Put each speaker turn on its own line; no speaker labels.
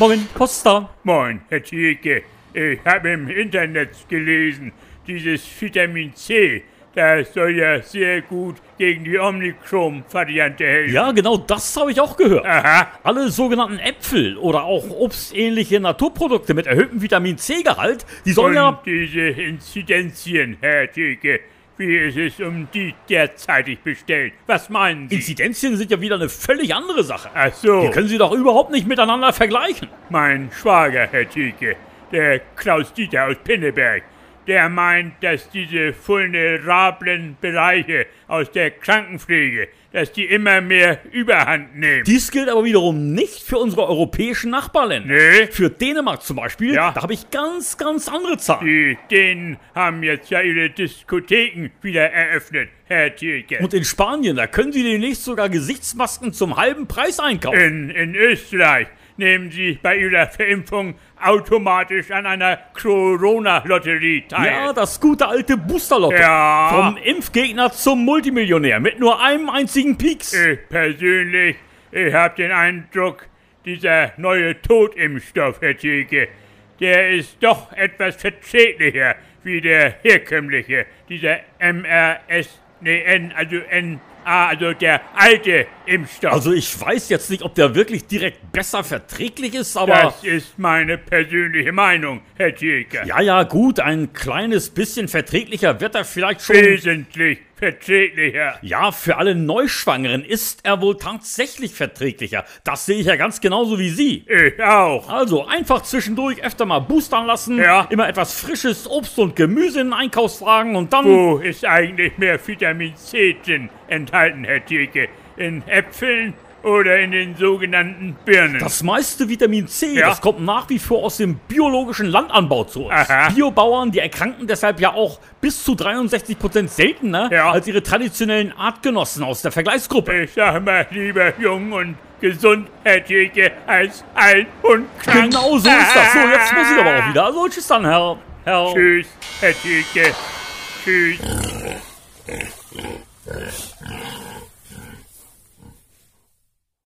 Moin, Potsdam.
Moin, Herr Thielke. Ich habe im Internet gelesen, dieses Vitamin C, das soll ja sehr gut gegen die Omikron-Variante helfen.
Ja, genau das habe ich auch gehört.
Aha,
Alle sogenannten Äpfel oder auch obstähnliche Naturprodukte mit erhöhtem Vitamin C-Gehalt, die sollen ja.
und diese Inzidenzien, Herr Thielke. Wie ist es um die derzeitig bestellt? Was meinen Sie?
Inzidenzien sind ja wieder eine völlig andere Sache.
Ach so.
Die können sie doch überhaupt nicht miteinander vergleichen.
Mein Schwager, Herr Tieke, der Klaus-Dieter aus Pinneberg, der meint, dass diese vulnerablen Bereiche aus der Krankenpflege, dass die immer mehr Überhand nehmen.
Dies gilt aber wiederum nicht für unsere europäischen Nachbarländer.
ne?
Für Dänemark zum Beispiel,
Ja.
da habe ich ganz, ganz andere Zahlen.
Die Dänen haben jetzt ja ihre Diskotheken wieder eröffnet, Herr Tieke.
Und in Spanien, da können sie demnächst sogar Gesichtsmasken zum halben Preis einkaufen.
In, in Österreich nehmen sie bei ihrer Verimpfung automatisch an einer Corona-Lotterie teil.
Ja, das gute alte Boosterlotto.
Ja.
Vom Impfgegner zum Multimillionär mit nur einem einzigen Pieks.
Ich persönlich, ich habe den Eindruck, dieser neue Totimpfstoff, Herr Thielke, der ist doch etwas verträglicher wie der herkömmliche, dieser MRS, nee, N, also NA, also der alte Impfstoff.
Also ich weiß jetzt nicht, ob der wirklich direkt besser verträglich ist, aber...
das ist meine persönliche Meinung, Herr Thielke.
ja, ja, gut, ein kleines bisschen verträglicher wird er vielleicht schon...
Wesentlich verträglicher.
Ja, für alle Neuschwangeren ist er wohl tatsächlich verträglicher. Das sehe ich ja ganz genauso wie Sie.
Ich auch.
Also einfach zwischendurch öfter mal boostern lassen,
Ja.
immer etwas frisches Obst und Gemüse in den Einkaufswagen und dann...
Wo ist eigentlich mehr Vitamin C drin enthalten, Herr Thielke? In Äpfeln oder in den sogenannten Birnen?
Das meiste Vitamin C,
Ja.
das kommt nach wie vor aus dem biologischen Landanbau zu uns.
Aha.
Biobauern, die erkranken deshalb ja auch bis zu 63% seltener
Ja.
als ihre traditionellen Artgenossen aus der Vergleichsgruppe.
ich sag mal lieber jung und gesund, Herr Thielke, als alt und krank.
Genau so ist das. So, jetzt muss ich aber auch wieder. Also tschüss dann, Herr. Herr.
Tschüss, Herr Thielke. Tschüss.